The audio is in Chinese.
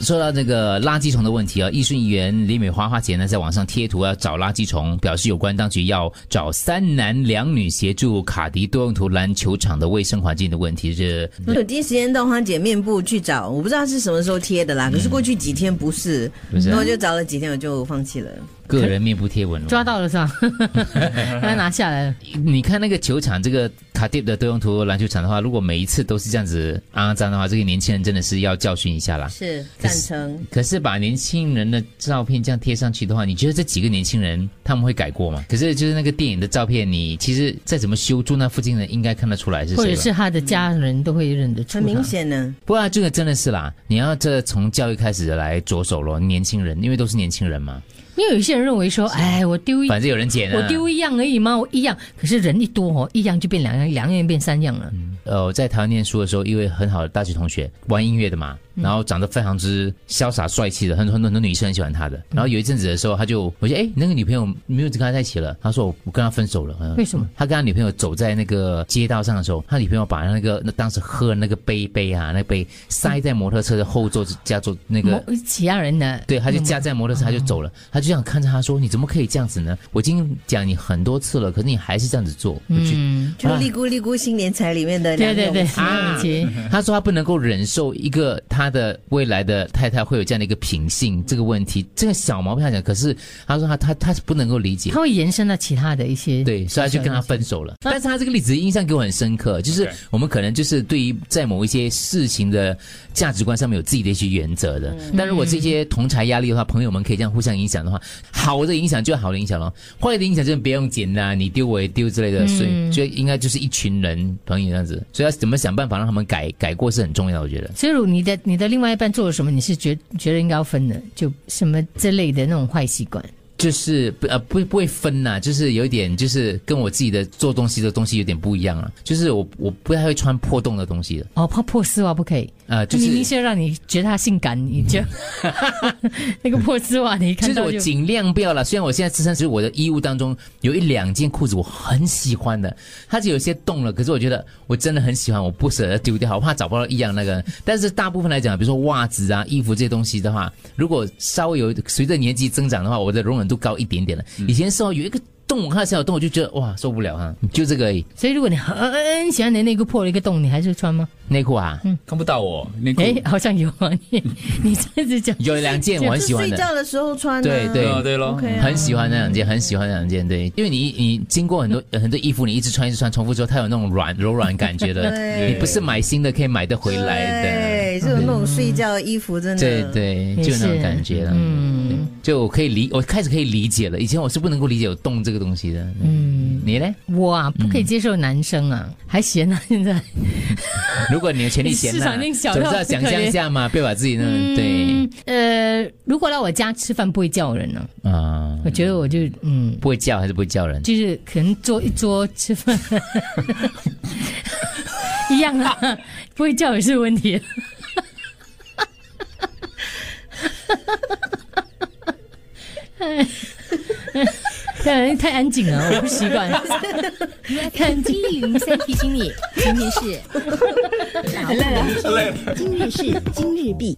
说到这个垃圾虫的问题啊，艺术议员李美花花姐呢在网上贴图要找垃圾虫，表示有关当局要找三男两女协助卡迪多用途篮球场的卫生环境的问题是。我第一时间到花姐面部去找，我不知道是什么时候贴的啦，可是过去几天不是，嗯不是啊然后就找了几天，我就放弃了。个人面部贴文了，抓到了是吧？ 把它拿下来了。你看那个球场，这个卡迪的多用途篮球场的话，如果每一次都是这样子肮肮脏的话，这个年轻人真的是要教训一下啦。是可赞是成，可是把年轻人的照片这样贴上去的话，你觉得这几个年轻人他们会改过吗？可是就是那个电影的照片，你其实再怎么修，住那附近的人应该看得出来是或谁者吧？是他的家人都会认得出很明他。显呢。不然这个真的是啦，你要这从教育开始来着手咯，年轻人，因为都是年轻人嘛，因为有些人认为说，哎，我丢一反正有人捡啊。我丢一样而已嘛，我一样。可是人一多哦，一样就变两样，两样变三样了。呃，我在台湾念书的时候，一位很好的大学同学，玩音乐的嘛，然后长得非常之潇洒帅气的，很多很多很多女生很喜欢他的。然后有一阵子的时候，他就我说，哎，你那个女朋友没有跟他在一起了。他说我我跟他分手了。嗯为什么？他跟他女朋友走在那个街道上的时候，他女朋友把那个那当时喝的那个杯杯啊，那杯塞在摩托车的后座加座那个某其他人呢？对，他就架在摩托车，他就走了。他就这样看着他说：“你怎么可以这样子呢？我已经讲你很多次了，可是你还是这样子做。”我就嗯，就是利姑利姑新年财里面的对两对种对，啊啊，他说他不能够忍受一个他的未来的太太会有这样的一个品性这个问题，这个小毛病他讲，可是他说他他他是不能够理解他。会延伸到其他的一些。对，所以他就跟他分手了。但是他这个例子印象给我很深刻，就是我们可能就是对于在某一些事情的价值观上面有自己的一些原则的。但如果这些同财压力的话，朋友们可以这样互相影响的话，好的影响就好的影响咯，坏的影响就是别用捡啦，你丢我也丢之类的。所以就应该就是一群人朋友这样子，所以要怎么想办法让他们改改过是很重要的，我觉得。所以，如果你的你的另外一半做了什么，你是觉觉得应该要分的，就什么这类的那种坏习惯。就是不呃不不会分呐、就是有一点就是跟我自己的做东西的东西有点不一样啊，就是我我不太会穿破洞的东西的，哦，破破丝袜不可以，呃，就是明明是要让你觉得他性感，你 就那个破丝袜，你一就看是到我就尽量不要了。虽然我现在自身，只是我的衣物当中有一两件裤子我很喜欢的，它是有些洞了，可是我觉得我真的很喜欢，我不舍得丢掉，我怕找不到一样那个。但是大部分来讲，比如说袜子啊、衣服这些东西的话，如果稍微有随着年纪增长的话，我的容忍度高一点点了。嗯以前时候有一个洞，我看到小洞我就觉得哇受不了啊，就这个而已所以，如果你很喜欢你的内裤破了一个洞，你还是会穿吗？内裤啊，看不到我内嗯裤。哎，好像有啊，你 你这次讲，有两件我很就喜欢的。睡觉的时候穿啊。对对对啊，对咯。 OK 啊很喜欢那两件，很喜欢那两件，对，因为你你经过很多很多衣服，你一直穿一直穿，重复之后，它有那种软柔软感觉的，对你不是买新的可以买得回来的，对，就有那种睡觉衣服真的。对对，就有那种感觉了，嗯，就我可以理，我开始可以理解了，以前我是不能够理解有动这个东西的，嗯，你呢？我啊不可以接受男生啊，还嫌啊现在。如果你的权利闲市了，场总令小是到要想象一下嘛，别把自己那对嗯，呃，如果来我家吃饭不会叫人呢、啊，我觉得我就嗯，不会叫还是不会叫人，就是可能坐一桌 吃饭一样啊，不会叫也是问 题。但哎太安静了，我不习 惯。太安静，一零三提醒你，今天是老了，今日是今日币。